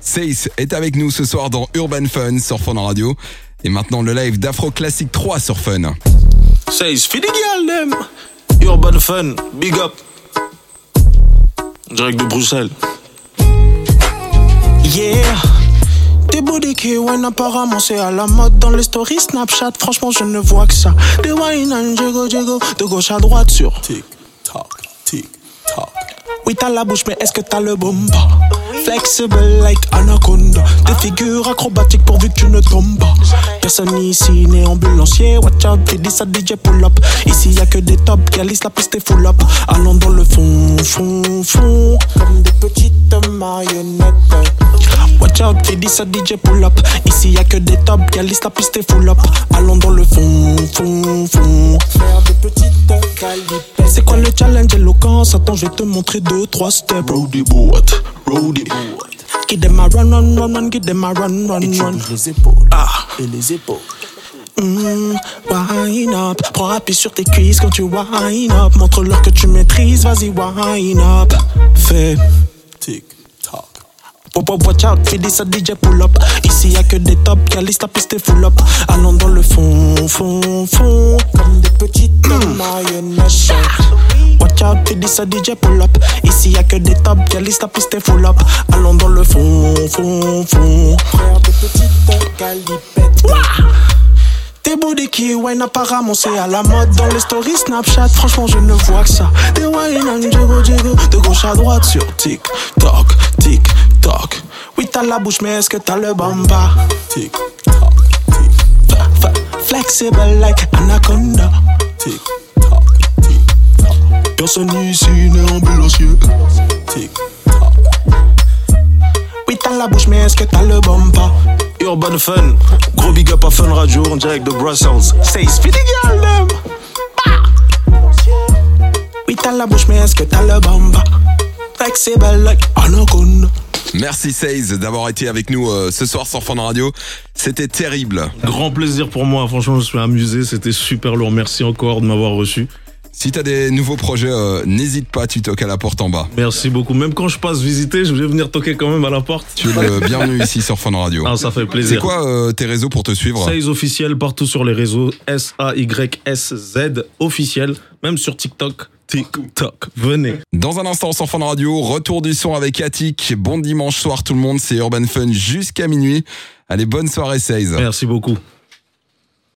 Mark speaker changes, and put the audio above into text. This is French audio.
Speaker 1: Seis est avec nous ce soir dans Urban Fun sur Fun Radio. Et maintenant le live d'Afro Classic 3 sur Fun.
Speaker 2: Says, for the girl, them. Urban Fun, big up. Direct de Bruxelles. Yeah. Des beaux des K1, apparemment c'est à la mode dans les stories Snapchat. Franchement, je ne vois que ça. Des wine and Diego Diego, de gauche à droite sur.
Speaker 3: Tic tac, tic tac.
Speaker 2: Oui, t'as la bouche, mais est-ce que t'as le bomba? Flexible like anaconda. Des figures acrobatiques pourvu que tu ne tombes pas. Personne ici n'est ambulancier. Watch out, fais ça DJ pull up. Ici y a que des tops, Calis la piste est full up. Allons dans le fond, fond, fond. Comme des petites marionnettes. Watch out, fais ça DJ pull up. Ici y a que des tops, Calis la piste est full up. Allons dans le fond, fond, fond. Faire des petites C'est quoi le challenge éloquence? Attends, je vais te montrer deux, trois steps.
Speaker 3: Roadie board, roadie board.
Speaker 2: Give them a run, run, run, run, give them a run, run,
Speaker 3: Et tu
Speaker 2: run.
Speaker 3: bouges les épaules.
Speaker 2: Ah.
Speaker 3: Et les épaules.
Speaker 2: Mm, wine up, prends appui sur tes cuisses quand tu wine up. Montre-leur que tu maîtrises, vas-y wine up. Fais.
Speaker 3: Tic tac.
Speaker 2: Pop up, watch out, fais ça DJ pull up. Ici y a que des tops, Calis la piste est full up. Allons dans le fond, fond, fond. Comme des petites marionnettes. Watch out, fais ça DJ pull up. Ici y a que des tops, Calis la piste est full up. Allons dans le fond, fond, fond. Des body qui wine apparemment c'est à la mode dans les stories Snapchat franchement je ne vois que ça Des wine and Diego Diego de gauche à droite sur tic toc tic toc Oui t'as la bouche mais est-ce que t'as le bamba
Speaker 3: Tic tac, tic
Speaker 2: Fa- fa- Flexible like anaconda
Speaker 3: tic tac, tic tac.
Speaker 2: Personne ici n'est ambulancier
Speaker 3: Tic tac.
Speaker 2: Oui t'as la bouche mais est-ce que t'as le bamba
Speaker 3: Urban Fun. Gros big up à Fun Radio en direct de Brussels.
Speaker 2: Say speedy girl them Bah. Oui t'as la bouche mais est-ce que t'as le bamba Flexible like anaconda
Speaker 1: Merci Seis d'avoir été avec nous euh, ce soir sur Fun Radio. C'était terrible.
Speaker 4: Grand plaisir pour moi. Franchement, je me suis amusé. C'était super lourd. Merci encore de m'avoir reçu.
Speaker 1: Si t'as des nouveaux projets, euh, n'hésite pas, tu toques à la porte en bas.
Speaker 4: Merci beaucoup. Même quand je passe visiter, je vais venir toquer quand même à la porte.
Speaker 1: Tu es le bienvenu ici sur Fun Radio.
Speaker 4: Ah, ça fait
Speaker 1: C'est
Speaker 4: plaisir.
Speaker 1: quoi euh, tes réseaux pour te suivre
Speaker 4: Size officiel partout sur les réseaux. S-A-Y-S-Z officiel. Même sur TikTok. TikTok. Venez.
Speaker 1: Dans un instant sur Fun Radio, retour du son avec Attic. Bon dimanche soir tout le monde, c'est Urban Fun jusqu'à minuit. Allez, bonne soirée Seize.
Speaker 4: Merci beaucoup.